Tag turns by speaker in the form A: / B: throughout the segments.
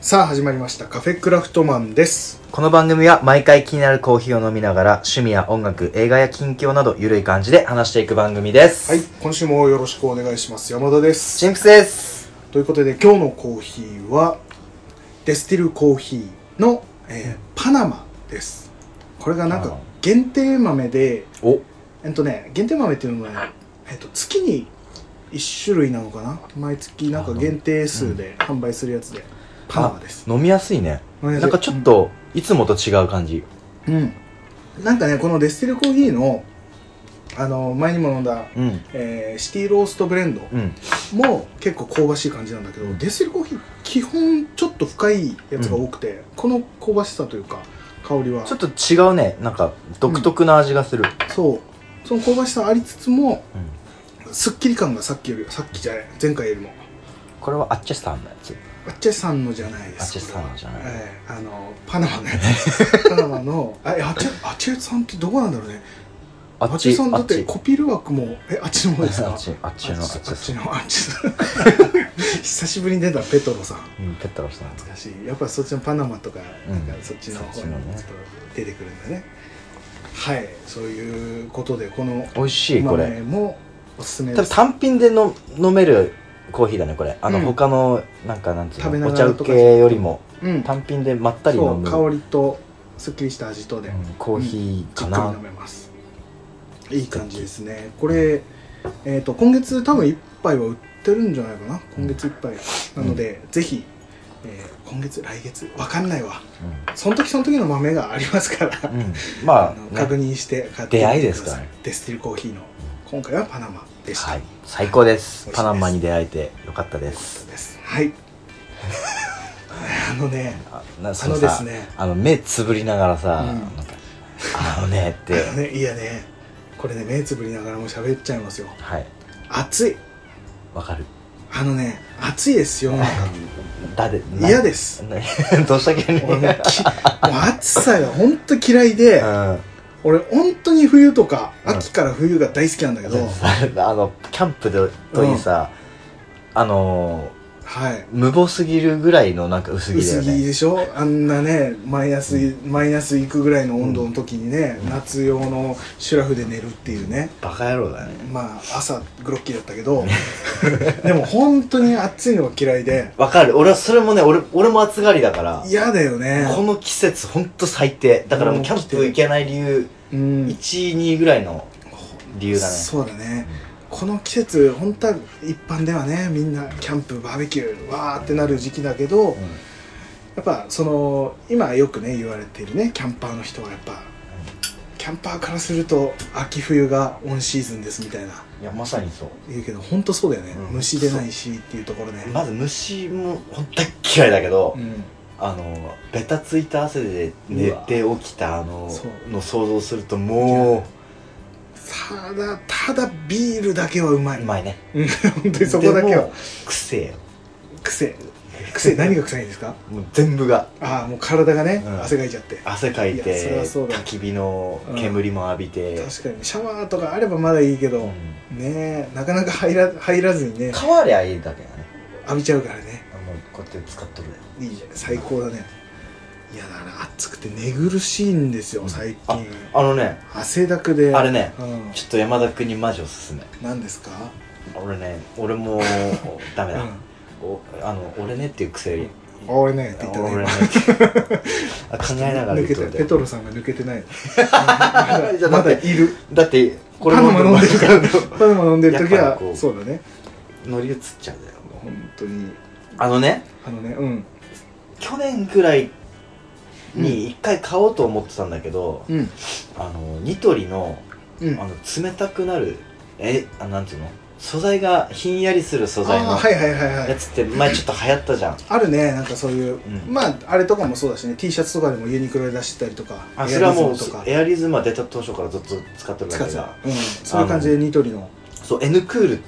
A: さあ始まりましたカフェクラフトマンです
B: この番組は毎回気になるコーヒーを飲みながら趣味や音楽、映画や近況などゆるい感じで話していく番組です。
A: はい。今週もよろしくお願いします山田です
B: シンプスです。
A: ということで今日のコーヒーはデスティルコーヒーの、えーパナマですこれがなん
B: パナ
A: か
B: マ
A: 限定豆で
B: お、
A: えっとね限定豆っていうのはね、えっと、月に1種類なのかな毎月なんか限定数で販売するやつでパナマです
B: 飲みやすいね。
A: 飲みやすい
B: なんかちょっと、いつもと違う感じ。
A: うんなんかねこのデスティルコーヒーのあの前にも飲んだ、
B: うん。
A: えーシティローストブレンド、
B: うん。
A: もう結構香ばしい感じなんだけど、
B: うん
A: デスティルコーヒー基本ちょっと深いやつが多くて、この香ばしさというか香りは
B: ちょっと違うね。なんか、独特な味がする。
A: そうその香ばしさありつつも
B: うん。
A: すっきり感がさっきよりさっきじゃない前回よりも
B: これはあっちさんのやつ。
A: あっちゃさんのじゃないです
B: あっちさんのじゃない
A: これはええあのパナマのやつパナマのあえあっちあっちさんってどこなんだろうね
B: あ
A: あ
B: っ
A: っち
B: ち、
A: さんだ
B: あ
A: っ
B: ってち。
A: コピル枠もえあっちの方ですか
B: あっちあっちの
A: あっち
B: あっち
A: あっちのあっ ち久しぶりに出たペトロさん
B: うん、ペッタロスさん。
A: 懐かしいやっぱそっちのパナマとか,、
B: うん
A: なんかそっちの方
B: そっちの
A: に
B: ね
A: ちょっと出てくるんだねはいそういうことでこの
B: 美味しい、これ。
A: 豆もおすすめ
B: 多
A: で
B: 分
A: す
B: 単品での飲めるコーヒーだね、これ。あの、
A: うん
B: 他の、なんか、なんつ
A: 食べ
B: う
A: な
B: の、お
A: がら
B: 茶
A: とか
B: 受けよりも、
A: うん
B: 単品でまったり飲
A: そう
B: む。
A: 香りとすっきりした味とで、
B: うんコーヒー
A: じ
B: か
A: っ
B: な、
A: くり飲めますいい感じですねこれ、えー、と今月多分一杯は売ってるんじゃないかな今月一杯なので、ぜひ、えー今月来月わかんないわその時その時の豆がありますから
B: うんうんまあ、
A: あの
B: ね
A: 確認して買って
B: 出会い
A: みて
B: で
A: く
B: す
A: だ
B: か
A: さ
B: ら
A: い
B: ね
A: デスティルコーヒーの今回はパナマでした、
B: はい、最高です
A: 美味しいです
B: パナマに出会えてよかったです
A: ですはい あのね
B: あな
A: あ
B: そ
A: の
B: の
A: で
B: さ
A: すね
B: あの目つぶりながらさ、
A: うん
B: なんかあのね
A: あ
B: っ て
A: のねいやねこれね目つぶりながらも喋っちゃいますよ
B: はい
A: 暑い
B: わかる
A: あのね暑いですよ世の中
B: だでな
A: 嫌です
B: などうしたっけね
A: 俺もうきもう暑さが本当嫌いで、
B: うん
A: 俺本当に冬とか
B: うん
A: 秋から冬が大好きなんだけど、
B: あのキャンプでといいさ、あの
A: はい
B: 無謀すぎるぐらいのなんか薄着だ
A: 薄
B: よ
A: 着
B: ね
A: でしょあんなねマイナス、マイナスいくぐらいの温度の時にね、夏用のシュラフで寝るっていうね
B: バカ野郎だね
A: まあ朝グロッキーだったけど でも本当に暑いのが嫌いで
B: わかる俺はそれもね俺俺も暑がりだから
A: 嫌だよね
B: この季節ほんと最低だからもうキャンプ行けない理由
A: うん
B: 12ぐらいの理由だね
A: そうだねこの季節本当は一般ではねみんなキャンプバーベキューわーってなる時期だけど、やっぱその今よくね言われているねキャンパーの人はやっぱキャンパーからすると秋冬がオンシーズンですみたいない
B: やまさにそう
A: 言うけど本当そうだよね、
B: うん
A: 虫出ないしっていうところね、
B: まず虫もほんと嫌いだけど
A: う、ん、
B: あのベタついた汗で寝て起きたあの
A: そう
B: の想像するとも
A: ただただビールだけはうま
B: う
A: いう
B: まいね
A: うん本当にそこだけ
B: で
A: は
B: もくせえよ
A: 癖癖何が臭いんですか
B: もう全部が
A: ああもう体がね、
B: うん
A: 汗かいちゃって
B: 汗かい
A: いやそれ
B: て
A: はそうだ
B: 焚き火の煙も浴びて、
A: 確かにシャワーとかあればまだいいけど、
B: うん
A: ねえなかなか入ら入らずにね
B: 変わりゃいいだけだね
A: 浴びちゃうからね
B: あもうこうやって使っとるだよ
A: いいね最高だねいやだから暑くて寝苦しいんですよ最近
B: あのね
A: 汗だくで
B: あ
A: あ
B: れね
A: うん
B: ちょっと山田君にマジおすすめ
A: 何ですか
B: 俺ね俺も ダメだ、
A: う
B: おあの俺ねっていう癖より
A: ん俺ねって言ったね
B: 俺ね
A: 今
B: あ考えながら
A: 抜
B: 言う
A: け
B: と
A: て
B: だ
A: ペ
B: よ
A: トロさんが抜けてない
B: じゃあ
A: ま
B: だ
A: だ
B: っ
A: い
B: て
A: る
B: だってこれ
A: パ
B: も
A: ナマ飲んでるからパナマ飲んでる時
B: やっ
A: は
B: ぱりこう
A: そうだね
B: 乗り移っちゃうんだよ
A: 本当に
B: あのね
A: あのねうん
B: 去年くらいに一回買おうと思ってたんだけど、
A: うん
B: あのニトリの
A: う
B: あの冷たくなるえあなんていうの素材がひんやりする素材
A: あー
B: の
A: はいはいはいは
B: や
A: い
B: つって前ちょっと流行ったじゃん
A: あるねなんかそういう、
B: うん
A: まああれとかもそうだしね T シャツとかでもユニクロで出してたりとか
B: あそれは
A: エア
B: もう
A: リズムとか
B: エアリズムは出た当初からずっと使ってるわ
A: 使って
B: け
A: た
B: だ、
A: うん、そういう感じでニトリの
B: そう N クールっ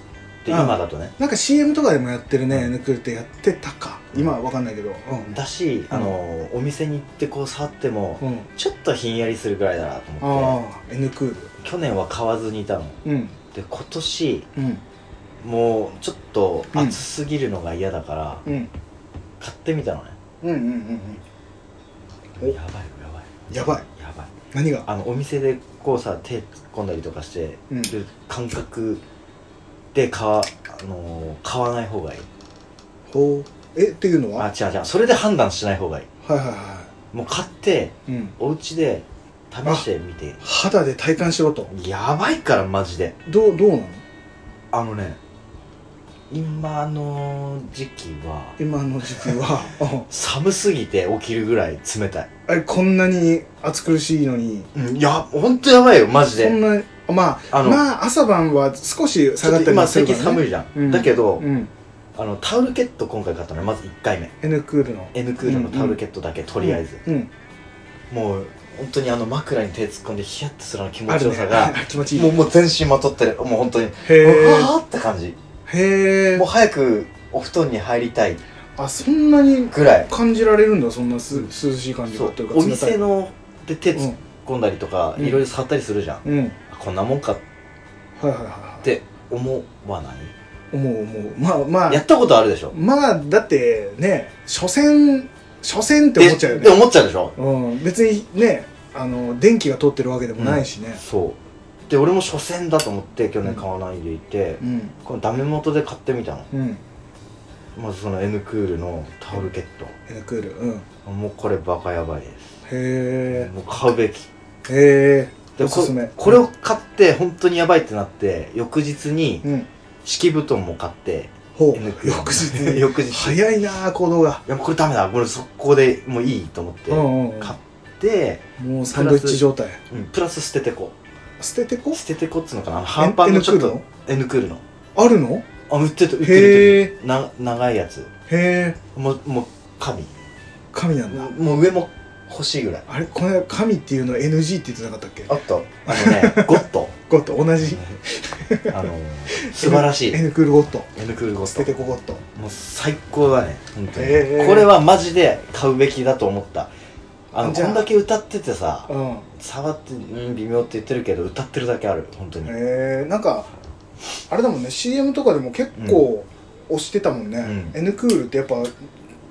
B: て今だとね
A: なんか CM とかでもやってるね、ヌクルってやってたか今は分かんないけどう
B: だし、あのお店に行ってこう触っても、
A: ん、うん、
B: ちょっとひんやりするぐらいだなと思っ
A: ああ N クー
B: て去年は買わずにいたの
A: ルうん
B: で今年
A: うん
B: もうちょっと暑すぎるのが嫌だから、
A: うん
B: 買ってみたのね
A: うんうんうんうん
B: やばいやばい
A: おやばい
B: やばい
A: 何が
B: あのお店でこうさ手突っ込んだりとかして
A: うん
B: る感覚で買わ,、あのー買わない方がいい
A: ほうえっていうの
B: あ
A: は
B: 違う違うそれで判断しない方がいい
A: はいはいは
B: もう買って
A: いうん
B: お家で試してみて
A: 肌で体感しろと
B: やばいからマジで
A: どうどうなの
B: あのね今の時期は
A: 今の時期 はう
B: 寒すぎて起きるぐらい冷たい、
A: んえこんなに暑苦しいのに
B: うん、いやほんとやばいよマジ
A: そん
B: で
A: なまあ
B: あの、
A: まあ朝晩は少し
B: ち
A: 下
B: ょ
A: が
B: っ
A: った
B: と
A: りも
B: 今
A: す
B: 最
A: るか
B: 近
A: ら、ね、
B: 寒いじゃん、
A: うん
B: だけど、
A: うん、
B: あのタオルケット今回買ったのよまず1回目
A: N クールの
B: N クールのタオルケットだけ、とりあえず、
A: うん
B: もう本当にあの枕に手突っ込んでヒヤッとするあの気持
A: あ
B: ち
A: る
B: よ
A: ね
B: さ が、
A: 気持ちいい
B: もうもう全身まとってるもう本当に
A: へ
B: うわーって感じ
A: えへえ
B: もう早くお布団に入りたい
A: あそんなに
B: ぐらい
A: 感じられるんだそんなす
B: うん
A: 涼しい感じ
B: そ
A: が
B: う
A: というか
B: お
A: 冷たい
B: 店ので手
A: う
B: 突っ込んだりとか、
A: うん
B: いろいろ触ったりするじゃん
A: ん、うん、はい
B: こんなもんかっ
A: はいはいはい
B: て思わない、
A: 思う思うまあまあ
B: やったことあるでしょ
A: まあだってね所詮所詮って
B: で
A: 思っちゃうよ
B: で
A: ね、
B: 思っちゃうでしょ
A: うん、別にねあの電気が通ってるわけでもないしね
B: そうで俺も初戦だと思って去年買わないでいて、
A: うん
B: このダメ元で買ってみたの
A: うん、
B: まずその N クールのタオルケット
A: N クールうんへ
B: もうこれバカやばいです
A: え
B: もう買うべき
A: へえ
B: で
A: おすすめ
B: ここれを買って本当にやばいってなって翌日に
A: うん
B: 敷布団も買って
A: ほう
B: N クール
A: 翌日
B: 翌日い
A: 早いなあ行動が
B: やもうこれダメだこれ速攻でもういいと思って、
A: うんうんうん
B: 買って、
A: もうサンドイッチ状態
B: うん、プラス捨ててこ
A: 捨ててこ
B: 捨ててこっつうのかなあの半パンのちょっ
A: N ク
B: と N クールの
A: あるの
B: あ売ってた売ってる
A: へ
B: 売って
A: え
B: るな長いやつ
A: へえ
B: もうもう神
A: 神なんだ
B: もう上も欲しいぐらい
A: あれこの間神っていうの NG って言ってなかったっけ
B: あったあのねゴッド
A: ゴッド同じ
B: あの素晴らしい
A: N クールゴッド
B: N クールゴッ
A: 捨て
B: ド
A: てこゴッド
B: もう最高だね本当に
A: へー
B: これはマジで買うべきだと思ったあの
A: じゃあ
B: こんだけ歌っててさ
A: うん
B: 触って、うん、微妙って言ってるけど歌ってるだけある本当に、
A: へえなんかあれだもんね CM とかでも結構押してたもんね、
B: うん
A: N クールってやっぱ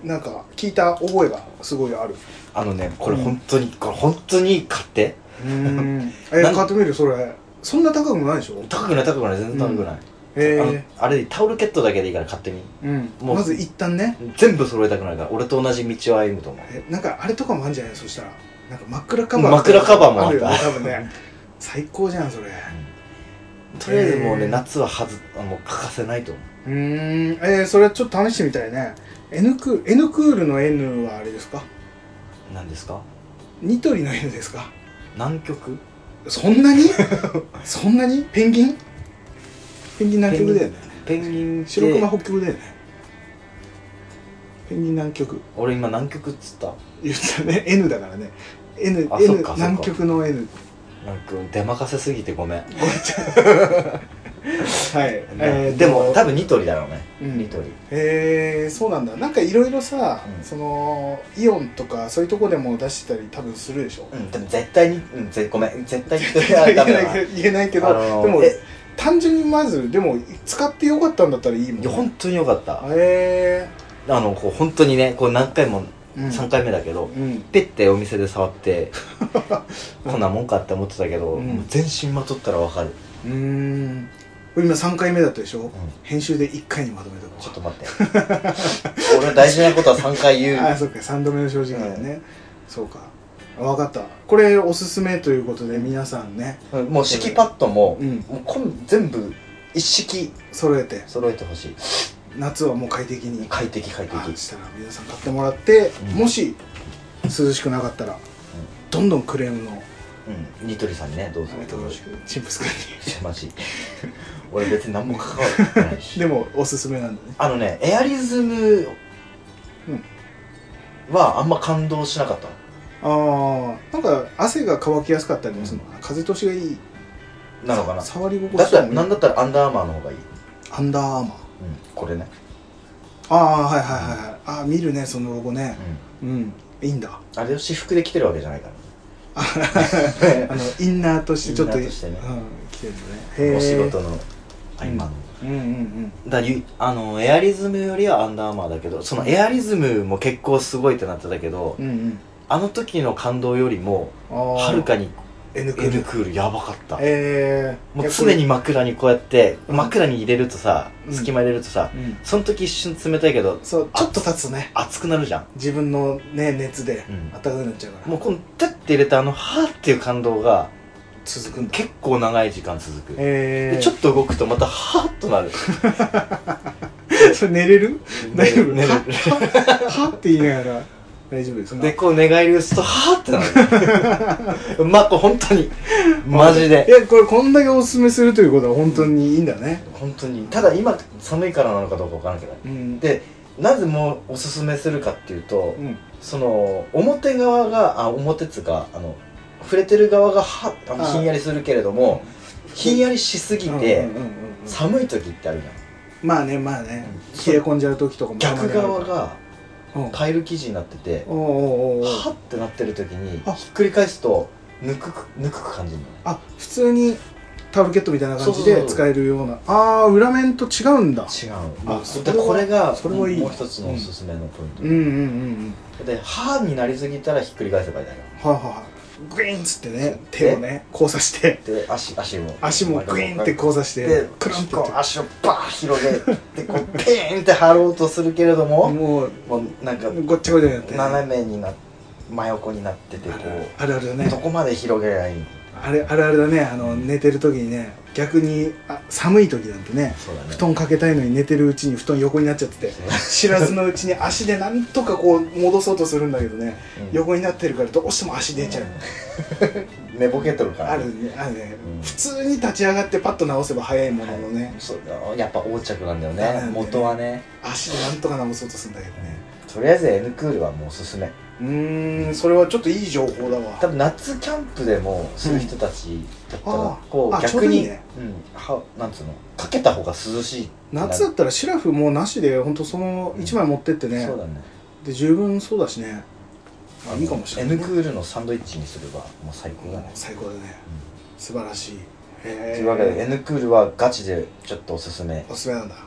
A: なんか聞いた覚えがすごいある
B: あのねこれ本当に、これ本当に買って
A: うん え
B: なん
A: 買ってみるよそれそんな高くもないでしょ
B: 高くない高くない全然高くない、あの
A: へ
B: あれタオルケットだけでいいから買ってみ
A: え、うん、
B: もう
A: まず一旦ね
B: 全部揃えたくないから俺と同じ道を歩むと思う
A: えなんかあれとかもあるんじゃないそしたらなんか枕カバー
B: 枕カバーもあ
A: あ
B: っ
A: る
B: た
A: よね多分ね最高じゃんそれ
B: とりあえずもうね、
A: へー
B: 夏ははずあもう欠かせないと思
A: うーんえー、それちょっと試してみたいね N クール N クールの N はあれですか
B: うなんですか
A: ニトリの N ですか
B: 南極
A: そんな にそんなにペンギンペンギン南極だよね
B: ペンギンって
A: 白熊北極だよねペンギン南極
B: 俺今南極っつった
A: 言ったね N だからね N,
B: あそ
A: N
B: っかそっか
A: 南極の N
B: なんか出任せすぎてごめん、
A: はい、えーと
B: でも多分ニトリだろうね、
A: うん
B: ニトリ
A: へえそうなんだなんかいろいろさ、
B: うん
A: そのイオンとかそういうとこでも出してたり多分するで しょ
B: うんでも絶対に、うん、ぜごめん絶対に 言っ
A: いや
B: て
A: 言
B: ダ
A: え
B: メ
A: な
B: だない
A: 言えないけど、
B: あのー
A: でも
B: え
A: 単純にまずでも使ってよかったんだったらいいもん
B: いや本当によかった
A: へ
B: あのこう本当にねこう何回も
A: えうん
B: 3回目だけど、
A: うん
B: ペッてお店で触って こんなもんかって思ってたけど、
A: うん
B: もう全身まとったらわかる、
A: うーんこれ今3回目だったでしょ
B: うん
A: 編集で1回にまとめたの
B: ちょっと待って 俺は大事なことは3回言う
A: あそっか3度目の正直だよね、そうか分かったこれおすすめということで皆さんね
B: もう敷パッドも,、
A: うん
B: もうこん全部一式
A: 揃えて
B: 揃えてほしい
A: 夏はもう快適に
B: 快適快
A: あ
B: 適
A: したら皆さん買ってもらって、
B: うん
A: もし涼しくなかったら、どんどんクレームの
B: うんニトリさんにねどうぞ
A: あれと
B: よ
A: よ
B: ろ
A: ろ
B: し
A: し
B: く
A: くチンプスクに
B: マジ 俺別に何も関わってないし
A: でもおすすめなんだね
B: あのねエアリズムはあんま感動しなかったの
A: ああんか汗が乾きやすかったりもするのかな、風通しがいい
B: なのかな
A: 触り心
B: だっ
A: 地
B: たら
A: もいい
B: なんだったらアンダーアーマーの方がいい、うん、
A: アンダーアーマー
B: これね、
A: ああはいはいはいはいああ見るねそのロゴねうんいいん だ
B: あれを私服で着てるわけじゃないから
A: あのインナーとしてちょっと
B: インナーとしてね
A: うん、着てるのねへー
B: お仕事の合間の、
A: うんうん
B: だゆあのエアリズムよりはアンダーアーマーだけどそのエアリズムも結構すごいってなってたけど、
A: うんうん
B: あの時の感動よりも
A: うん
B: はるかに
A: N ク
B: N
A: ル
B: クールやばかった
A: えー、
B: もう常に枕にこうやって枕に入れるとさ
A: うん
B: 隙間入れるとさ
A: 逆に、うん、
B: その時一瞬冷たいけど
A: そうちょっと経つとね
B: 熱くなるじゃん
A: 自分のね熱で
B: うん
A: 暖かくなっちゃうから、
B: もうこのタッて入れたあのはーっていう感動が
A: 続くんだ
B: 結構長い時間続く
A: え
B: で
A: ー、
B: ちょっと動くとまたはーっとなる
A: それ寝れる大丈夫
B: 寝る
A: ははって言いながら大丈夫ですか
B: でこう寝返り打つとはーってなる まあこれ本当にマジ
A: い
B: で
A: やこれこんだけおすすめするということは本当にいいんだね
B: 本当にただ今寒いからなのかどうかわからんけど
A: うん
B: でなぜもうおすすめするかっていうと、
A: うん
B: その表側があ表っつうかあの触れてる側がはあの
A: あ
B: ひんやりするけれどもひんやりしすぎて、
A: うんうんうんうん
B: 寒い時ってあるじゃ
A: まあねまあね
B: ん、
A: 冷え込んじゃう時とかも
B: 逆側が
A: うんおう
B: タイル生地になってて
A: おうおうおう
B: はってなってる時に
A: あ
B: ひっくり返すとぬくくぬくく感じるのね
A: あ普通にタオルケットみたいな感じで
B: そうそうそう
A: 使えるようなああ裏面と違うんだ
B: 違う
A: あ
B: もう
A: それ
B: で
A: は
B: これが
A: それはいい
B: もう一つのおすすめのポイント
A: うん、うんうん
B: で歯になりすぎたらひっくり返せばいいだよ
A: うんはいはいはいグイーンっつってね手をね交差して
B: で足足も
A: 足もグイーンって交差して
B: で
A: クランプって
B: 足をバーッ広げてこうペーンって張ろうとするけれども
A: もう
B: もうなんか
A: ごっちゃごちゃになってね
B: 斜めにな真横になっててこ
A: あるあるだ
B: う、
A: ね
B: どこまで広げりゃいいの
A: あれあるあるだねあの寝てる時にね逆にあ寒い時なんてね
B: そうだね
A: 布団かけたいのに寝てるうちに布団横になっちゃってて知らずのうちに足でなんとかこう戻そうとするんだけどね
B: うん
A: 横になってるからどうしても足出ちゃう、
B: うん寝ぼけとるから
A: あるねあるね、
B: うん
A: 普通に立ち上がってパッと直せば早いもののね、
B: そうだやっぱ横着なんだよ
A: だよ
B: ね
A: ね
B: 元はね
A: 足でなんとか直そうとするんだけどね
B: とりあえず N クールはもうおすすめ
A: うーんそれはちょっといい情報だわ
B: 多分夏キャンプでもする人たちだったら、
A: うんあー
B: こう
A: あちょうど
B: 逆
A: いい
B: に
A: ね
B: うん、はなんつうのかけた方が涼しいってなる
A: 夏だったらシラフもうなしで本当その1枚持ってってね、
B: そうだね
A: で十分そうだしねあいいかもしれない、
B: N クールのサンドイッチにすればもう最高だね、
A: 最高だね
B: うん
A: 素晴らしい
B: と
A: へ
B: いうわけで N クールはガチでちょっとおすすめ、
A: おすすめなんだ
B: う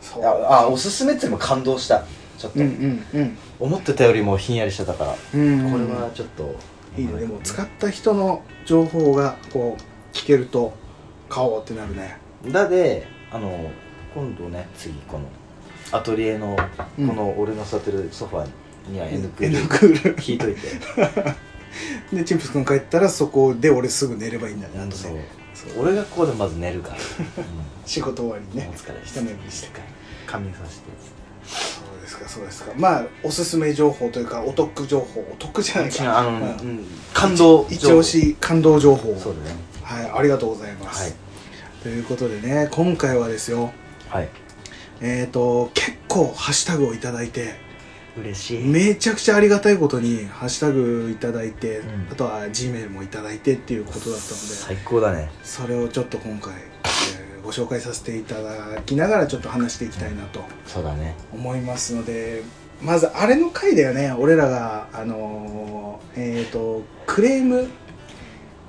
A: そ
B: ん、
A: う
B: ああおすすめっていうのも感動したちょっと、
A: うんうん
B: 思ってたよりもひんやりしてたから、
A: うん
B: これはちょっと
A: いいねでも使った人の情報がこう聞けると買おうってなるね
B: だであの今度ね次このアトリエのこ
A: うん
B: の俺の座ってるソファには N ク
A: N
B: ール
A: クール
B: 引いといて
A: でチップス君帰ったらそこで俺すぐ寝ればいいんだねあと
B: そう
A: ね
B: 俺がここでまず寝るから、
A: 仕事終わりに
B: うん、
A: ね
B: お疲れ
A: 一眠りして
B: 仮眠させて
A: そうですかそうですかまあおすすめ情報というかお得情報お得じゃない
B: 違う
A: か
B: あの、
A: う
B: うん感動
A: 一押し感動情報
B: そうだね
A: はいありがとうございます、
B: はい
A: ということでね今回はですよ
B: はい
A: えー、と結構ハッシュタグをいただいて
B: 嬉しい
A: めちゃくちゃありがたいことにハッシュタグいただいて、
B: うん
A: あとは G メールもいただいてっていうことだったので
B: 最高だね
A: それをちょっと今回、えーご紹介させていただきながらちょっと話していきたいなと
B: そうだね
A: 思いますのでまずあれの回だよね俺らがあのーえー、とクレーム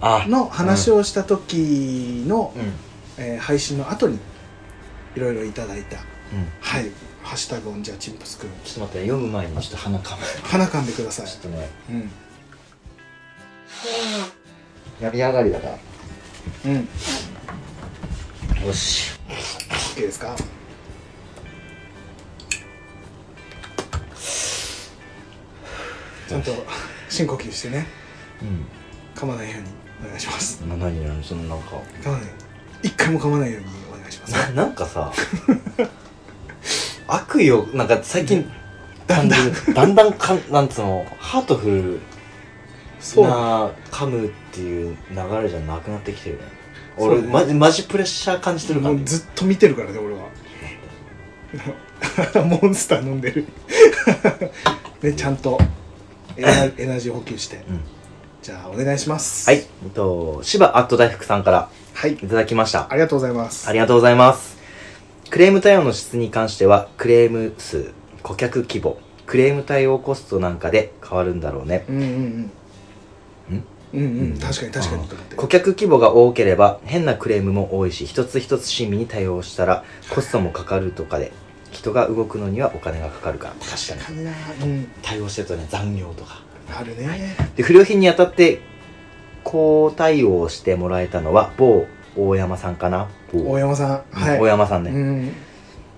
B: あ
A: の話をした時の、
B: うんうん
A: えー配信の後にいろいろいただいたはいハッシュタグをじゃあチンプスくん
B: ちょっと待って読む前にちょっと鼻かむ
A: 鼻かんでください
B: ちょっとね
A: うん
B: 病み上がりだか
A: うん OK
B: らよし
A: ですかちゃんと深呼吸してね
B: うん
A: 噛まないようにお願いします
B: な何何そのなんか
A: 噛まない一回も噛まないようにお願いします
B: ななんかさ 悪意をなんか最近だんだんだんだんかんなんつうのハートフル
A: そう
B: な噛むっていう流れじゃなくなってきてるね
A: そう
B: 俺
A: ね
B: マジマジプレッシャー感じてるか
A: も
B: ら
A: うずっと見てるからね俺は モンスター飲んでる ねちゃんとエナエナジー補給して
B: うん
A: じゃあお願いします
B: はい、えっと、芝アット大福さんから
A: はい
B: いただきました
A: あ。りがとうございます
B: ありがとうございます。クレーム対応の質に関しては、クレーム数、顧客規模、クレーム対応コストなんかで変わるんだろうね。
A: うんうんうん
B: ん
A: うんうん確かに確かにと思って
B: 顧客規模が多ければ変なクレームも多いし一つ一つ親身に対応したらコストもかかるとかで人が動くのにはお金がかかるから確かに
A: 確かになうん
B: 対応してるとね残業とか
A: あるね
B: で不良品にあたって高対応してもらえたのは某大山さんかな某
A: 大山さんはい
B: 大山さんね、
A: うん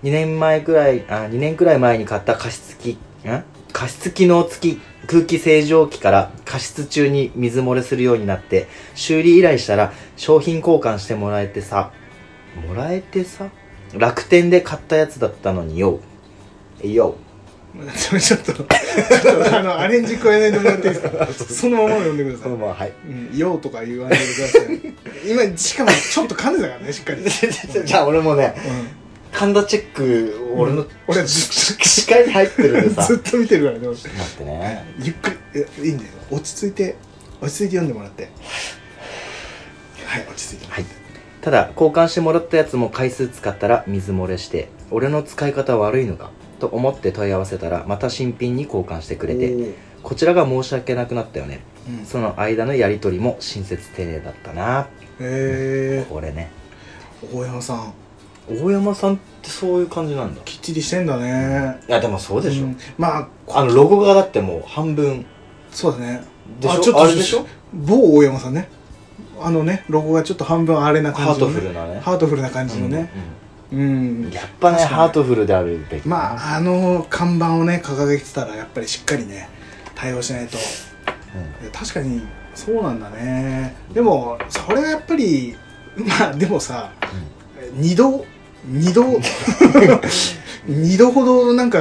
B: 2年前くらいあ2年くらい前に買った加湿器ん加湿機能付き空気清浄機から加湿中に水漏れするようになって修理依頼したら商品交換してもらえてさもらえてさ楽天で買ったやつだったのによえいよ
A: そ れちょっとちょっとあのアレンジ加えないでもらっていいです かそのまま読んでください
B: ままはい
A: うん「よう」とか言わないでください 今しかもちょっと噛んでたからねしっかり、うん、
B: じゃあ俺もね神田チェック俺の
A: 俺ずっ
B: 視界に入ってるんで
A: と
B: さ
A: ずっ
B: 待
A: と見てるからね俺
B: ってね
A: ゆっくりえいいんだよ落ち着いて落ち着いて読んでもらってはい落ち着いて
B: はい、ただ交換してもらったやつも回数使ったら水漏れして俺の使い方悪いのかと思って問い合わせたらまた新品に交換してくれて
A: おー
B: こちらが申し訳なくなったよね
A: うん
B: その間のやり取りも親切丁寧だったな
A: へえ
B: これね
A: 大山さん
B: 大山さんってそういう感じなんだ
A: きっちりしてんだね
B: いやでもそうでしょ、
A: うんまあ
B: あのロゴがだってもう半分
A: そうだね
B: でし
A: あ
B: ょ
A: ちょっと
B: あれでしょ
A: 某大山さんねあのねロゴがちょっと半分あれな感じのね、
B: ハートフルなね
A: ハートフルな感じのねうん、
B: うんやっぱね
A: 確かに
B: ハートフルであるべき
A: まああの看板をね掲げてたらやっぱりしっかりね対応しないと
B: うん
A: いや確かにそうなんだねでもそれはやっぱりまあでもさ、二度二度 二度ほどなんか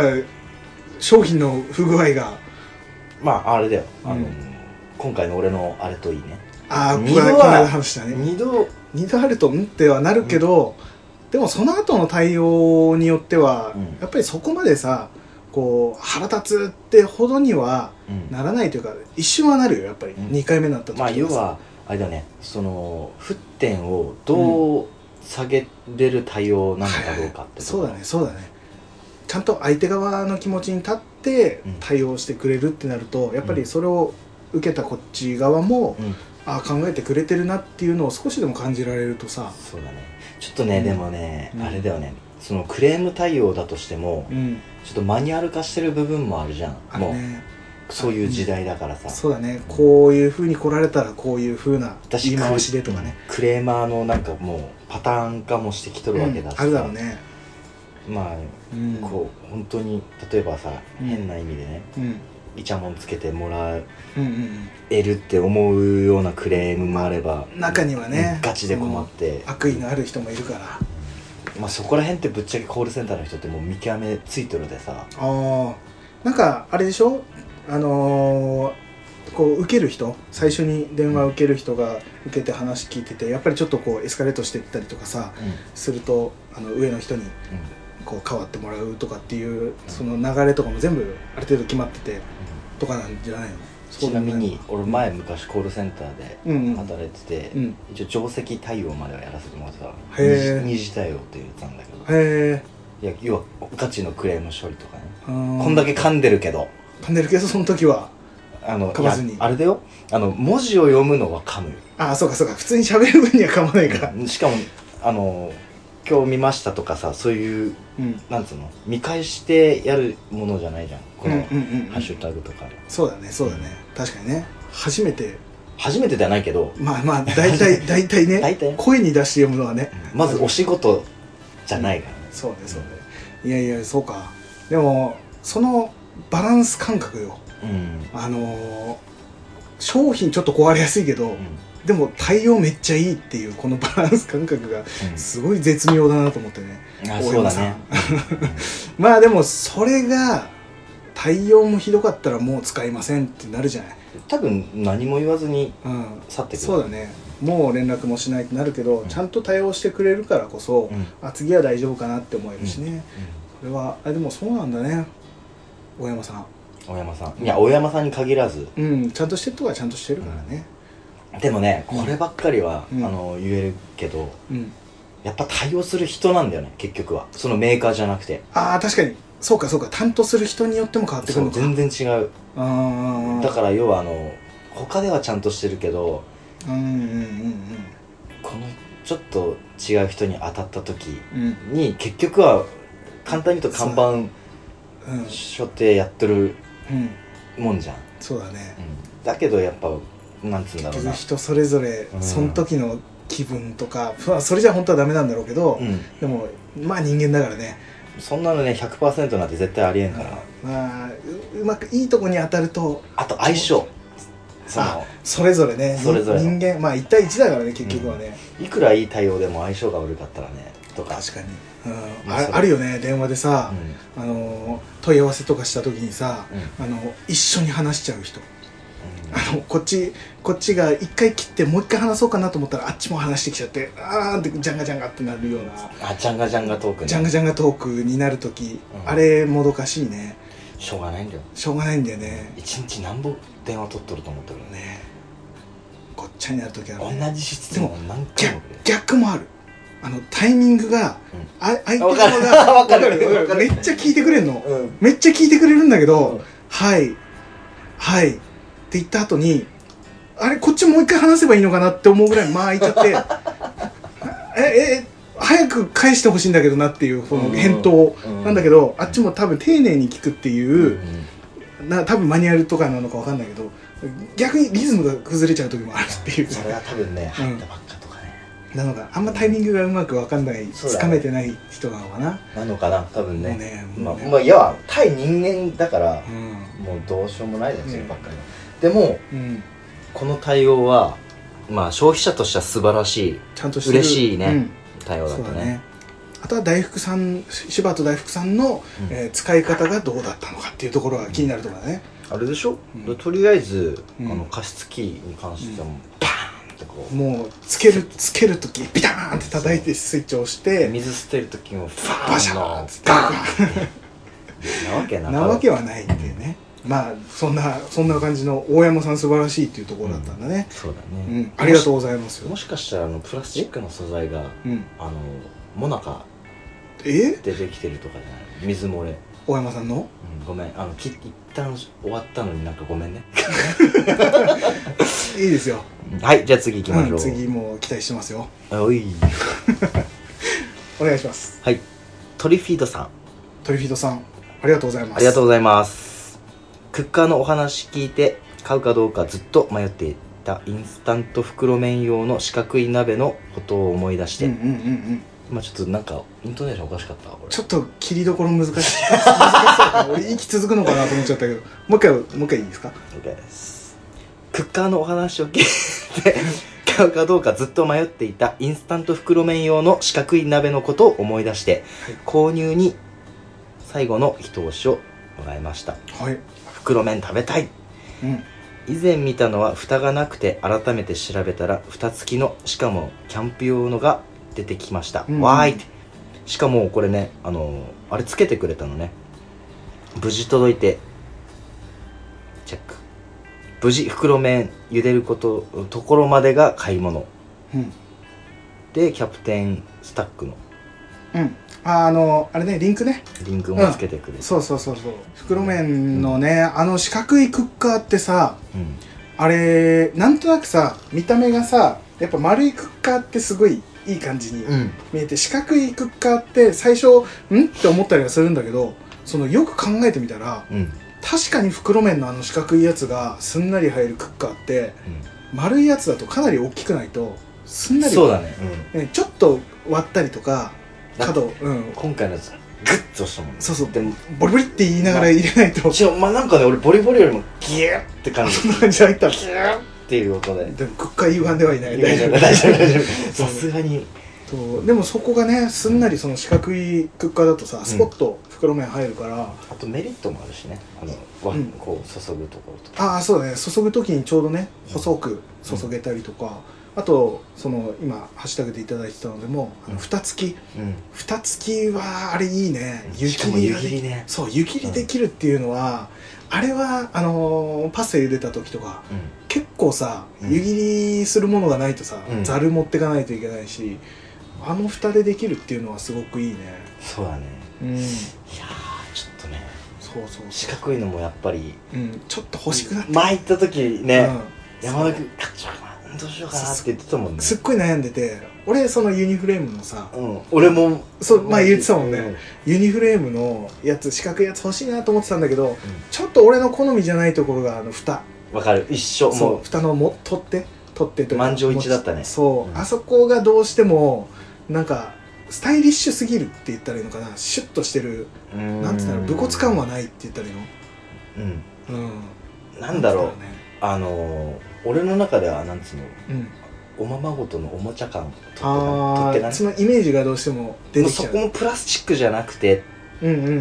A: 商品の不具合が
B: まああれだよあの、
A: うん
B: 今回の俺のあれといいね
A: ああこ
B: 二
A: こ
B: 度
A: の
B: は
A: 間話したね
B: 二度
A: 二度あるとんってはなるけど、でもその後の対応によっては、
B: うん
A: やっぱりそこまでさこう腹立つってほどには
B: うん
A: ならないというか一瞬はなるよやっぱり、
B: うん
A: 二回目になった時
B: まあ
A: と
B: 要
A: かさ
B: はあれだよねその沸点をどう下げれる対応なのかどうかってとこ
A: そうだねそうだねちゃんと相手側の気持ちに立って
B: うん
A: 対応してくれるってなると、やっぱりそれを受けたこっち側も、
B: うん
A: ああ考えてくれてるなっていうのを少しでも感じられるとさ
B: そうだねちょっとね、
A: うん
B: でもね、
A: うん
B: あれだよねそのクレーム対応だとしても、
A: うん
B: ちょっとマニュアル化してる部分もあるじゃん
A: あの
B: も
A: ね
B: うそういう時代だからさ、
A: そうだねこういうふうに来られたらこういうふうな言い回しでとかね、
B: クレーマーのなんかもうパターン化もしてきとるわけだ
A: う
B: し
A: ん
B: さ、
A: あるだろうね、
B: まあ
A: うん、
B: こう本当に例えばさ、
A: うん
B: 変な意味でね
A: う、うん、
B: イチャモンつけてもらう
A: うんうん
B: 得るって思うようなクレームもあれば
A: 中にはね
B: うんガチで困って、
A: 悪意のある人もいるからあ
B: まあ、そこら辺ってぶっちゃけコールセンターの人ってもう見極めついてるでさ
A: あなんかあれでしょあのーこう受ける人最初に電話受ける人が受けて話聞いててやっぱりちょっとこうエスカレートしていったりとかさ
B: うん、うん
A: するとあの上の人にこう変わってもらうとかっていうその流れとかも全部ある程度決まっててとかなんじゃないの
B: ちなみに俺前昔コールセンターで
A: うんうん
B: 働いてて、
A: うんへ
B: 一応定石対応まではやらせてもらってた
A: へー
B: 二次二次対応って言ってたんだけど
A: え
B: いや要はガチのクレーム処理とかね、
A: こ
B: こんだけ噛んでるけど
A: 噛んでるけどその時は
B: あの
A: 噛まずに
B: いやあれだよあの文字を読むのは噛 むよ
A: ああそうかそうか普通に喋る分には噛まないから
B: しかもあの今日見ましたとかさそういう
A: うん
B: なんつうの見返してやるものじゃないじゃんこ
A: うんうん
B: の
A: うん
B: ハッシュタグとか、
A: そうだねそうだね確かにね初めて
B: 初めてではないけど
A: まあまあ大体 大体ね
B: 大体
A: 声に出して読むのはね
B: まずお仕事じゃないからね、
A: そうねそうねいやいやそうかでもそのバランス感覚よ
B: うん
A: あのー商品ちょっと壊れやすいけど、
B: うんうん
A: でも対応めっちゃいいっていうこの バランス感覚がすごい絶妙だなと思ってね
B: あ
A: 大
B: そう
A: 山
B: だ
A: さん
B: ね
A: まあでもそれが対応もひどかったらもう使いませんってなるじゃない、
B: 多分何も言わずに
A: うん、
B: 去ってくる
A: そうだねもう連絡もしないってなるけど、
B: うん
A: ちゃんと対応してくれるからこそ、
B: うんうん
A: あ次は大丈夫かなって思えるしね、これはあでもそうなんだね大山さん
B: 大山さんいや大山さんに限らず
A: うんちゃんとしてるとこはちゃんとしてるからね
B: でもねこればっかりは、
A: うん
B: あの言えるけど
A: うん、
B: やっぱ対応する人なんだよね結局はそのメーカーじゃなくて
A: ああ確かにそうかそうか担当する人によっても変わってく
B: そ
A: る
B: う
A: のか
B: 全然違う
A: あー
B: だから要はあの他ではちゃんとしてるけど
A: うんうん
B: このちょっと違う人に当たった時
A: うんうん
B: に結局は簡単に言うと看板
A: うんうん
B: 所定やってる
A: うん
B: もんじゃん、
A: そうだね
B: だけどやっぱなんつうんだろう
A: 結
B: な
A: 局人それぞれ
B: うん
A: その時の気分とか、まあそれじゃ本当はダメなんだろうけど、
B: うん
A: でもまあ人間だからね、
B: そんなのね100%なんて絶対ありえんから、
A: まあううまくいいとこに当たると
B: あと相性そ
A: あ
B: の
A: それぞれね
B: それぞれ
A: 人間まあ一対一だからね結局はね、
B: いくらいい対応でも相性が悪かったらねとか
A: 確かに、うん、
B: まあそ
A: あ
B: れ
A: あるよね電話でさ、
B: うん
A: あの問い合わせとかした時にさ、
B: う
A: あの一緒に話しちゃう人
B: う
A: あ
B: ん
A: のこっちこっちが一回切ってもう一回話そうかなと思ったらあっちも話してきちゃってあーってジャンガジャンガってなるような
B: あジャンガジャンガトーク
A: ジャンガ
B: ね
A: ジャンガトークになる時、
B: うん
A: あれもどかしいね
B: しょうがないんだよ
A: しょうがないんだよね
B: 一日何本電話取っとると思ったけどね
A: ねごっちゃになる時ある、ね、
B: 同じ質問を何回も
A: 逆逆もあるあのタイミングが、
B: うん
A: あ相手
B: わかる
A: 側が
B: わかるわかる
A: めっちゃ聞いてくれんの、
B: うん
A: めっちゃ聞いてくれるんだけど、
B: うん
A: はいはいって言った後にあれこっちもう一回話せばいいのかなって思うぐらい間空いちゃって ええ早く返してほしいんだけどなっていうこの返答
B: うん
A: なんだけど、あっちも多分丁寧に聞くっていうう、
B: ん
A: な多分マニュアルとかなのかわかんないけど逆にリズムが崩れちゃう時もあるっていう
B: それは多分ね
A: うん
B: 入ったばっかとかね
A: なのかあんまタイミングがうまくわかんない
B: そう
A: つ
B: だね
A: かめてない人なのかな
B: なのかな多分
A: もう
B: ね
A: ね
B: まあ
A: もうね
B: まあいや対人間だから
A: う
B: もうどうしようもないですよ
A: うん
B: ばっかりでも
A: ん、うん、
B: この対応はまあ消費者としては素晴らしい
A: ちゃんとしてる
B: 嬉しいね
A: うん
B: 対応だっ
A: そう
B: た
A: だ
B: ね
A: ねあとは大福さん柴田大福さんの、
B: うん
A: えー使い方がどうだったのかっていうところが気になるところだね
B: あれでしょ
A: うん
B: とりあえずあ
A: うん
B: の加湿器に関してはもうバーンってこう
A: もうつけるつける時ピターンって叩いてスイッチを押して
B: 水捨てる時もファ
A: バシャーンっ
B: の
A: つってバ
B: なわけな
A: なわけはないっていうねまあそんなそんな感じの大山さん素晴らしいっていうところだったんだね、
B: そうだ
A: うん
B: ね
A: ありがとうございますよ
B: も、しかしたらあのプラスチックの素材が
A: うん、
B: あのモナカ
A: え
B: でできてるとかじゃない水漏れ、
A: 大山さんの
B: うん、ごめんあのき一旦終わったのになんかごめんね
A: いいですよ
B: はいじゃあ次行きまし
A: う
B: ょう、
A: ん次も期待してますよ
B: あおい
A: お願いします
B: はいトリフィードさん
A: トリフィードさんありがとうございます
B: ありがとう
A: う
B: ございますクッカーのお話聞いて買うかどうかずっと迷っていたインスタント袋麺用の四角い鍋のことを思い出して、
A: うんうんうんうん
B: まあちょっとなんかイントネーションおかしかったわこれ
A: ちょっと切りどころ難しい難しそうかな俺息続くのかなと思っちゃったけどもう一回もう一回いいですか
B: OK ですクッカーのお話を聞いて買うかどうかずっと迷っていたインスタント袋麺用の四角い鍋のことを思い出して、
A: はい
B: 購入に最後の一押しをもらいました
A: はい
B: 袋麺食べたい
A: うん
B: 以前見たのは蓋がなくて改めて調べたら蓋付きのしかもキャンプ用のが出てきました、
A: うん
B: わーいってしかもこれねあのーあれつけてくれたのね無事届いてチェック無事袋麺茹でることところまでが買い物
A: うん
B: でキャプテンスタックの
A: うんああのあれねリンクね
B: リンクもつけてくれて、
A: そうそうそうそう袋麺のね、あの四角いクッカーってさ
B: うん
A: あれなんとなくさ見た目がさやっぱ丸いクッカーってすごいいい感じに
B: うん
A: 見えて四角いクッカーって最初んって思ったりはするんだけどそのよく考えてみたら
B: うん
A: 確かに袋麺のあの四角いやつがすんなり入るクッカーって丸いやつだとかなり大きくないとすんなり
B: そうだね、
A: ねちょっと割ったりとか
B: なんか
A: 角うん
B: 今回のやつグッとしたもんね
A: そうそう
B: でも
A: ボリボリって言いながら入れないと
B: 違うまあなんかね俺ボリボリよりもギュッって感じ
A: そんな感じ入ったら
B: っていう音で
A: でもクッカー言わんではいない 大
B: 大丈
A: 丈
B: 夫
A: 夫
B: 大丈夫大丈夫さすがに
A: とでもそこがねすんなりその四角いクッカーだとさスポッと袋麺入るから、
B: あとメリットもあるしねあのわ、
A: うん
B: こう注ぐところとか
A: ああそうだね注ぐ時にちょうどね細く注げたりとか、あとその今ハッシュタグでいただいてたのでも、あ
B: うん
A: の蓋付き
B: うん
A: 蓋付きはあれいいね湯
B: しかも
A: 切り
B: 湯
A: がで
B: 切りね
A: そう湯切りできるっていうのは、あれはあのーパスタ茹でた時とか
B: う
A: 結構さ
B: うん
A: 湯切りするものがないとさ
B: うん
A: ざる、持ってかないといけないしあの蓋でできるっていうのはすごくいいね
B: んそうだね
A: うん
B: いやーちょっとね
A: そうそうそ
B: 四角いのもやっぱり
A: う、うん、ちょっと欲しくなって
B: 前行った時ね、
A: うん
B: 山田君「ちょっとどうしようかな」って言ってたもんね
A: すっごい悩んでて俺そのユニフレームのさ
B: うん、俺も
A: そうまあ言ってたもんねユニフレームのやつ四角いやつ欲しいなと思ってたんだけど、ちょっと俺の好みじゃないところがあの蓋
B: わ、かる一緒
A: そ
B: も
A: う蓋のも取って取ってというか
B: 満場一致だったね
A: そう、
B: うん
A: あそこがどうしてもなんかスタイリッシュすぎるって言ったらいいのかなシュッとしてる
B: う
A: なんつったら武骨感はないって言ったらいいの
B: うん
A: う
B: なんだろう
A: つったね
B: あのー、俺の中ではなんつうの
A: うん、
B: おままごとのおもちゃ感
A: あ
B: 取って
A: あ
B: ない
A: そのイメージがどうしても出て
B: もう
A: き
B: そ
A: ちゃう
B: こもプラスチックじゃなくて
A: うんうんうんうんう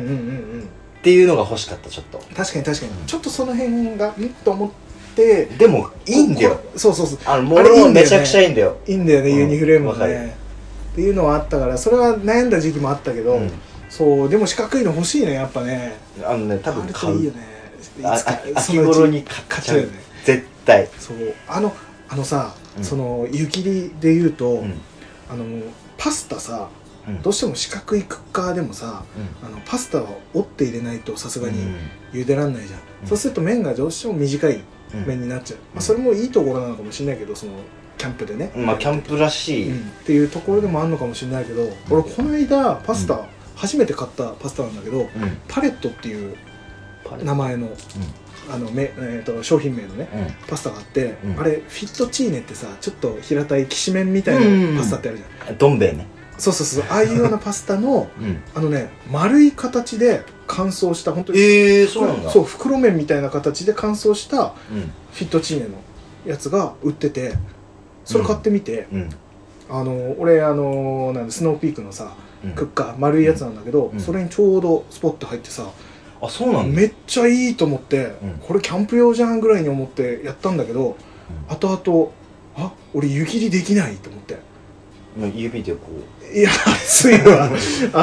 A: ん
B: っていうのが欲しかったちょっと
A: 確かに確かに、
B: うん
A: ちょっとその辺がんと思って
B: でもいいんだよ
A: ここそうそうそう
B: あの
A: あ
B: も
A: れいいんだよ
B: の
A: ね
B: めちゃくちゃいいんだよ
A: いいんだよね、
B: うん
A: ユニフレームも
B: わか
A: ね
B: る
A: っていうのはあったからそれは悩んだ時期もあったけど、
B: うん
A: そうでも四角いの欲しいねやっぱね
B: あのね多
A: あ
B: 分
A: る
B: 買
A: といいうよねい
B: あ
A: つか
B: 秋
A: そ
B: 秋
A: のうち
B: 頃に買っ
A: 買っ
B: ち
A: ち
B: ゃ
A: ゃう
B: う
A: よね
B: 絶対
A: そうあのあのさ、
B: うん
A: その湯切りで言うと、
B: うんうん
A: あのパスタさ
B: うん
A: どうしても四角いクッカーでもさあのパスタを折って入れないとさすが
B: う
A: に
B: ん
A: 茹でらんないじゃん、
B: うん
A: そうすると麺がどうしても短い
B: うん
A: 麺になっちゃう、まあ、それもいいところなのかもしれないけどそのキャンプでね、
B: まあキャンプらしい、
A: うんっていうところでもあるのかもしれないけど、俺この間パスタ、初めて買ったパスタなんだけど
B: うん
A: パレットっていう
B: パレ
A: 名前の,、あのめ、えー、と商品名のね
B: うん
A: パスタがあって、
B: うん
A: あれフィットチーネってさちょっと平たいきしめんみたいなパスタってあるじゃん、
B: どん兵衛ね、
A: そうそうそうああいうようなパスタの
B: うん、
A: あのね丸い形で乾燥した本当に
B: ええそうなんだ
A: そう袋麺みたいな形で乾燥した
B: うん
A: フィットチーネのやつが売っててそれ買ってみて、
B: うん
A: あの俺あのなんだスノーピークのさ
B: うん
A: クッカー丸いやつなんだけど、
B: うん
A: それにちょうどスポット入ってさ、
B: あそうなんだ
A: めっちゃいいと思って、
B: うん
A: これキャンプ用じゃんぐらいに思ってやったんだけど、
B: うん
A: 後々あ俺湯切りできないと思って
B: もう指でこう
A: いや熱い わ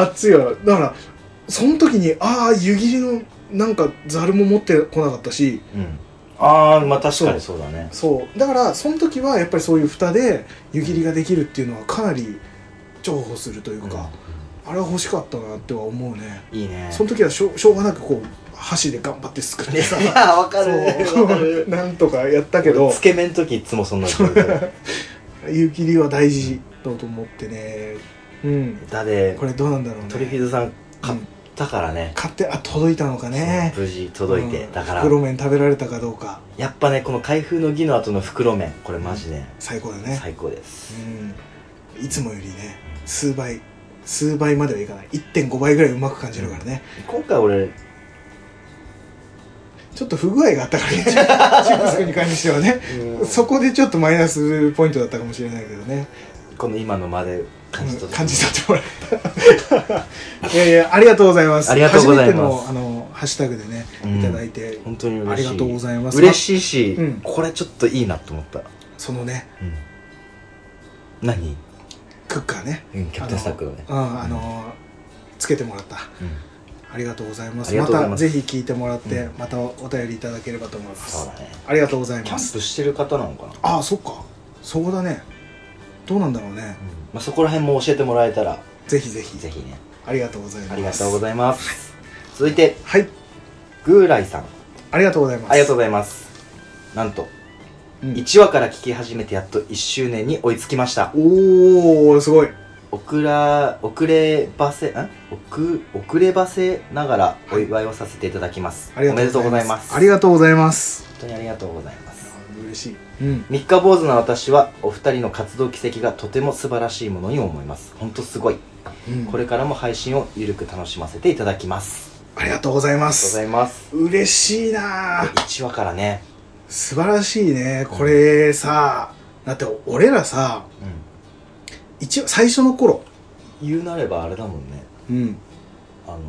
A: 熱いわだからその時にああ湯切りのなんかざるも持ってこなかったし
B: うんああまあ確かにそうだね
A: そうだからその時はやっぱりそういう蓋で湯切りができるっていうのはかなり重宝するというか、あれは欲しかったなっては思うね
B: うんいいね
A: その時はしょうしょうがなくこう箸で頑張ってすくってさ
B: いやわかる
A: そ
B: わかる
A: うなんとかやったけど
B: つけ麺の時いつもそんな状態
A: 湯切りは大事だと思ってねうん
B: だで
A: これどうなんだろうね
B: トリフィードさん買っ
A: うん
B: たからね
A: 買ってあ届いたのかね
B: そう無事届いて、
A: うん
B: だから
A: 袋麺食べられたかどうか
B: やっぱねこの開封の儀の後の袋麺これマジで
A: 最高だね
B: 最高です、
A: うんいつもよりね数倍数倍まではいかない1.5倍ぐらいうまく感じるからね
B: 今回俺
A: ちょっと不具合があったからね チップスに関してはねそこでちょっとマイナスポイントだったかもしれないけどね
B: この今の間で感じ取
A: うん感じ取ってもらった。いやいや、ありがとうございます。
B: ありがとうございま
A: 初めての、
B: す
A: あの、ハッシュタグでね、
B: うん
A: いただいて、
B: 本当に
A: あ
B: 嬉
A: り
B: しい
A: がとうございます。
B: 嬉しいし、
A: うん
B: これちょっといいなと思った、
A: そのね、
B: 何、
A: クッカーね、
B: うん、キャプテンスタックのね
A: うん、あの、つけてもらった。
B: うん
A: ありがとうございま
B: あ
A: す。
B: り
A: ま
B: がとうござい
A: た、
B: ます
A: ぜひ聞いてもらって、
B: う
A: またお便りいただければと思います。
B: そうだね
A: ありがとうござい
B: キャ
A: ま
B: ン
A: す。
B: プしてる方なのかな、
A: ああ、そっか。そこだね。どうなんだろうね。
B: まあ、そこら辺も教えてもらえたら
A: ぜひぜひ。
B: ぜひね
A: ありがとうございます。
B: ありがとうご
A: い
B: ざいます続いて
A: ます。はい。
B: グーライさん
A: ありがとうございます。
B: ありがとう
A: う
B: ございますなんと
A: ん
B: 1話から聞き始めてやっと1周年に追いつきました
A: おー、すごい。
B: 遅ら遅ればせん遅遅ればせながらお祝いをさせていただきます、
A: ありが
B: おめでとうございます
A: ありがとうございます。
B: 本当にありがとうございます
A: 嬉しい。うん。
B: 三日坊主な私はお二人の活動軌跡がとても素晴らしいものに思います本当すごいこれからも配信をゆるく楽しませていただきます
A: ありがとうございま
B: ありがとうご
A: す
B: ざいます
A: 嬉しいなあ
B: 1話からね
A: 素晴らしいねこれさだって俺らさ
B: う
A: 一応最初の頃
B: ん言うなればあれだもんね
A: うん
B: あのー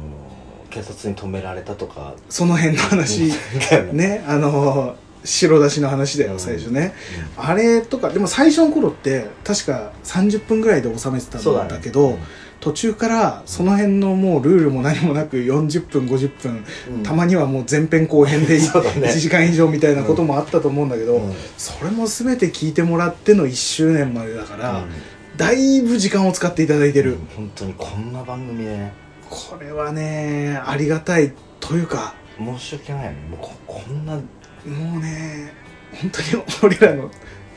B: 警察に止められたとか
A: その辺の話
B: だよね
A: ねあの白だしの話だ
B: う
A: よ
B: ん
A: 最初ね、あれとかでも最初の頃って確か30分ぐらいで収めてた
B: そうだ
A: ん
B: ね
A: だけど途中からその辺のもうルールも何もなく40分50分、
B: うん
A: たまにはもう前編後編で
B: そうだね
A: 1時間以上みたいなこともあったと思うんだけど、
B: うん
A: それも全て聞いてもらっての1周年までだから、だいぶ時間を使っていただいてる、
B: うん本当にこんな番組でね
A: これはねありがたいというか
B: 申し訳ないよねもうここんな
A: もうね本当に俺らの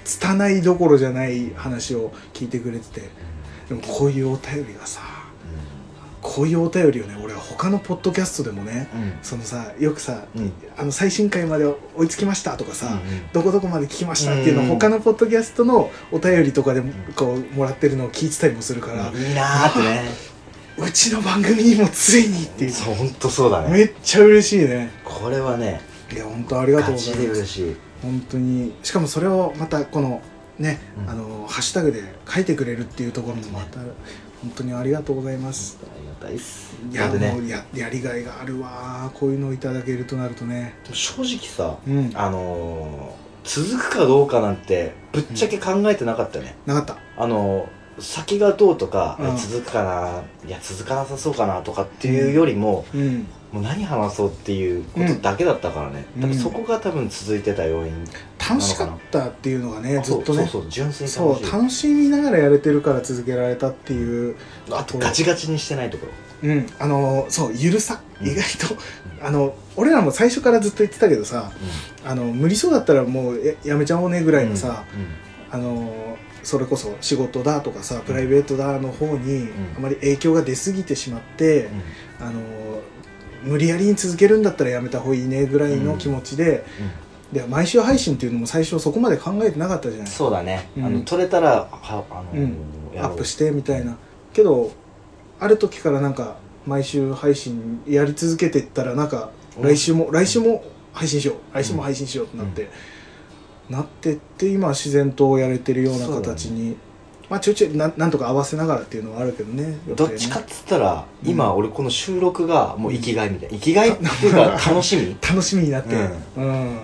A: 拙いどころじゃない話を聞いてくれててでもこういうお便りがさこういうお便りをね俺は他のポッドキャストでもね
B: うん
A: そのさよくさ
B: うん
A: あの最新回まで追いつきましたとかさ、
B: うん
A: どこどこまで聞きましたっていうのを
B: うん
A: 他のポッドキャストのお便りとかでもこうもらってるのを聞いてたりもするから、
B: いいなーってね
A: うちの番組にもついにっていう
B: そう本当そうだね
A: めっちゃ嬉しいね
B: これはね
A: いや本当ありがとう
B: ガ
A: ござ
B: チ
A: い
B: で
A: ます
B: 嬉しい
A: 本当にしかもそれをまたこのね、
B: うん
A: あのハッシュタグで書いてくれるっていうところもまた本当にありがとうございます、
B: ありがたいっす
A: い
B: だ
A: や
B: って
A: も
B: ね
A: うややりがいがあるわこういうのをいただけるとなるとね
B: 正直さ
A: うんな
B: あのー続くかどうかなんてぶっちゃけ考えてなかったよね
A: かった
B: あの先がどうとか、
A: うん
B: 続くかないや続かなさそうかなとかっていうよりも、
A: うん
B: もう何話そうっていうことだけだったからね、
A: うん
B: 多分そこが多分続いてた要因、
A: 楽しかったっていうのがね
B: あそ
A: ず
B: う
A: っとね
B: そうそう純粋に
A: そう
B: 楽しい
A: 楽しみながらやれてるから続けられたっていう
B: あとガチガチにしてないところ
A: うんあのそうゆるさ
B: うん
A: 意外と、あの俺らも最初からずっと言ってたけどさあの無理そうだったらもうややめちゃおうねぐ
B: ぐ
A: らいのさ、あのそれこそ仕事だとかさプライベートだの方に
B: うん
A: あまり影響が出過ぎてしまって、あの無理やりに続けるんだったらやめた方がいいねぐらいの気持ちで,、で毎週配信っていうのも最初そこまで考えてなかったじゃない
B: そうだね、
A: うん
B: あの取れたらはあの
A: う
B: ー
A: ん
B: や
A: ア
B: ろう
A: ップしてみたいなけどある時からなんか毎週配信やり続けてったらなんか
B: うん
A: 来週も来週も配信しよう来週も配信しようってなって、なってって今は自然とやれてるような
B: そうだね
A: 形に、まあちょいちょいなんなんとか合わせながらっていうのはあるけどね
B: どっちかっ
A: 予定ね
B: つったら、
A: うん
B: 今俺この収録がもう生きがいみたいな生きがいっていうか楽 しみ
A: 楽しみになってうん、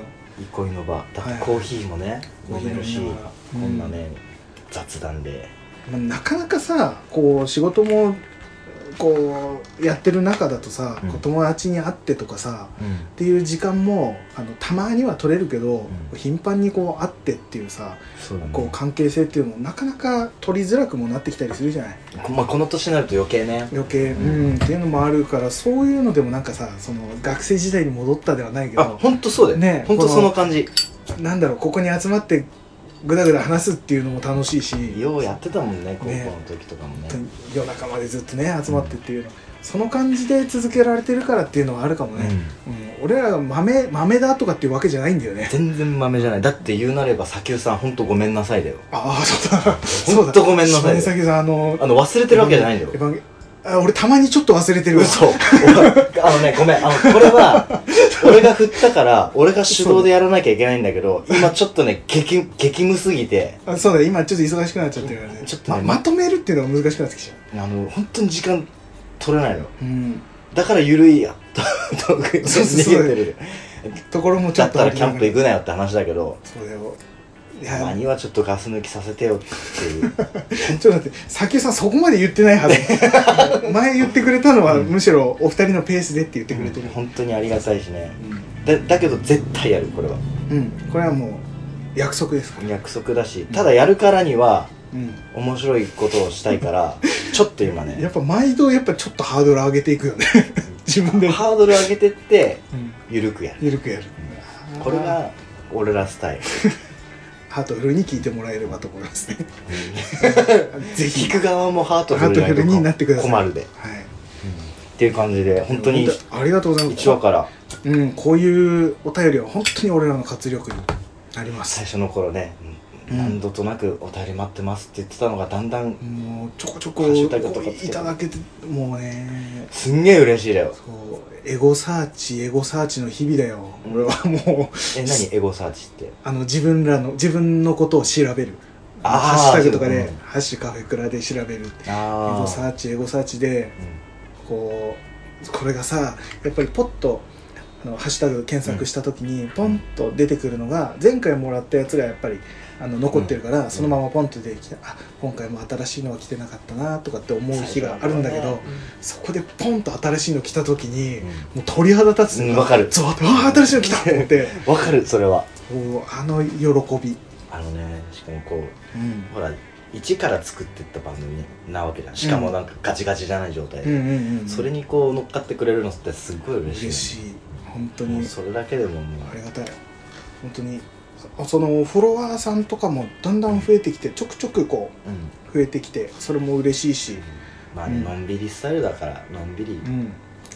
B: 憩いの場だっ
A: はい
B: てコーヒーもね飲めるし、
A: 飲みながら
B: こんなね、雑談で
A: まあなかなかさこう仕事もこうやってる中だとさ、
B: うん
A: こう友達に会ってとかさ、っていう時間もあのたまには取れるけど、
B: うん
A: 頻繁にこう会ってっていうさ、
B: そうだね
A: こう関係性っていうのもなかなか取りづらくもなってきたりするじゃない
B: まあ、この年になると余計ね
A: 余計、うんっていうのもあるからそういうのでもなんかさその学生時代に戻ったではないけ
B: あ
A: ど
B: 本当そうだよ
A: ね
B: ね本当その感じ
A: なんだろうここに集まってぐだぐだ話すっていうのも楽しいし
B: ようやってたもんね高校
A: ね
B: の時とかもね
A: 夜中までずっとね集まってっていうの、その感じで続けられてるからっていうのはあるかもね、うん俺らが豆豆だとかっていうわけじゃないんだよね
B: 全然豆じゃないだって言うなれば砂丘さん本当ごめんなさいだよ
A: ああそうだそう
B: ほ
A: だ
B: んとごめんなさい
A: 島根崎さんあの
B: あの忘れてるわけじゃないんだよ
A: エヴァンゲあ俺たまにちょっと忘れてるわ
B: 嘘 あのねごめんあのこれは俺が振ったから俺が手動でやらなきゃいけないんだけど今ちょっとね激激ムすぎて
A: あそうだ今ちょっと忙しくなっちゃってるからね
B: ちょっとね
A: ままとめるっていうのが難しくなってきちゃ
B: あの本当に時間取れないの
A: ううん
B: だから緩いやとと逃げ
A: そうそう
B: てる
A: ところもちょ
B: だ
A: っ
B: っ
A: と
B: たらキャンプ行
A: く
B: くなよって話だけど
A: そうだよい
B: たま
A: や
B: にはちょっとガス抜きさせてよっていう
A: ちょっと待って砂丘さんそこまで言ってないはず 前言ってくれたのは、むしろお二人のペースでって言ってくれてる
B: 本当にありがたいしね
A: う
B: だだけど絶対やるこれは
A: ん、うんこれはもう約束ですから
B: 約束だしただやるからには
A: うん
B: 面白いことをしたいからちょっと今
A: や
B: ね
A: っぱ毎度やっぱちょっとハードル上げていくよね 自分で、
B: ハードル上げてって
A: うん、
B: 緩くやる
A: ゆるくやる
B: これが俺らスタイル
A: ハートフルに聞いてもらえればと思います ねぜひ
B: 聞く側もハートフルじゃ
A: ハートフ
B: いと
A: ルになってください
B: 困るでっ
A: はい
B: ていう感じで本当に
A: 本当ありがとうございます
B: 1話から
A: うん、こういうお便りは本当に俺らの活力になります
B: 最初の頃ね
A: うん
B: 何度となくお便り待ってますって言ってたのがだんだん
A: もうちょこちょこ
B: ハッシュタグとかつけて
A: いただけてもうね
B: すんげえ嬉しいだよ
A: そうエゴサーチエゴサーチの日々だよ俺はもう
B: え何エゴサーチって
A: あの自分らの自分のことを調べる
B: あー
A: ハッシュタグとかで
B: そうだね
A: 「ハッシュカフェクラ」で調べるエ
B: あ
A: ゴサーチエゴサーチでこうこれがさやっぱりポッとあのハッシュタグ検索した時にポンと出てくるのが前回もらったやつがやっぱりあの残ってるから、
B: うん
A: そのままポンと出てきてあ今回も新しいのは来てなかったなとかって思う日があるんだけど、そこでポンと新しいの来た時に、
B: うん
A: もう鳥肌立つの
B: うん
A: が
B: わかる
A: ゾワッとわあ新しいの来たと思って
B: わかるそれは
A: こうあの喜び、
B: あのねしかもこう
A: うん、
B: ほら一から作ってった番組なわけじゃんしかもなんかガチガチじゃない状
A: う
B: 態
A: ん
B: で、
A: うんうん
B: それにこう乗っかってくれるのってすっごい嬉しいね、
A: 嬉しい本当
B: もう
A: に
B: それだけでもも
A: あ
B: う
A: りがたい本当にそのフォロワーさんとかもだんだん増えてきてちょくちょくこ
B: うん
A: う増えてきてそれも嬉しいし、
B: まあね
A: うん
B: のんびりスタイルだからのんびり
A: うん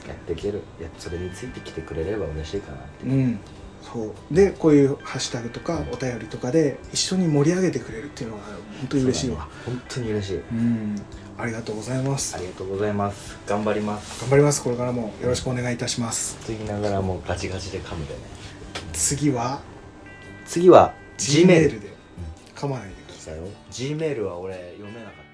B: やっていける、いやそれについてきてくれれば嬉しいかなって、
A: うん、そうでこういうハッシュタグとかお便りとかで一緒に盛り上げてくれるっていうのが本当に嬉しいわ,、
B: そうだね本当に嬉しいう
A: んありがとうございます
B: ありがとうございます頑張ります
A: 頑張りますこれからもよろしくお願いいたします
B: と言いながらもうガチガチで噛むでね
A: 次は
B: 次は
A: G メー
B: Gmail
A: ルで噛まないでください
B: だよ Gmail は俺読めなかった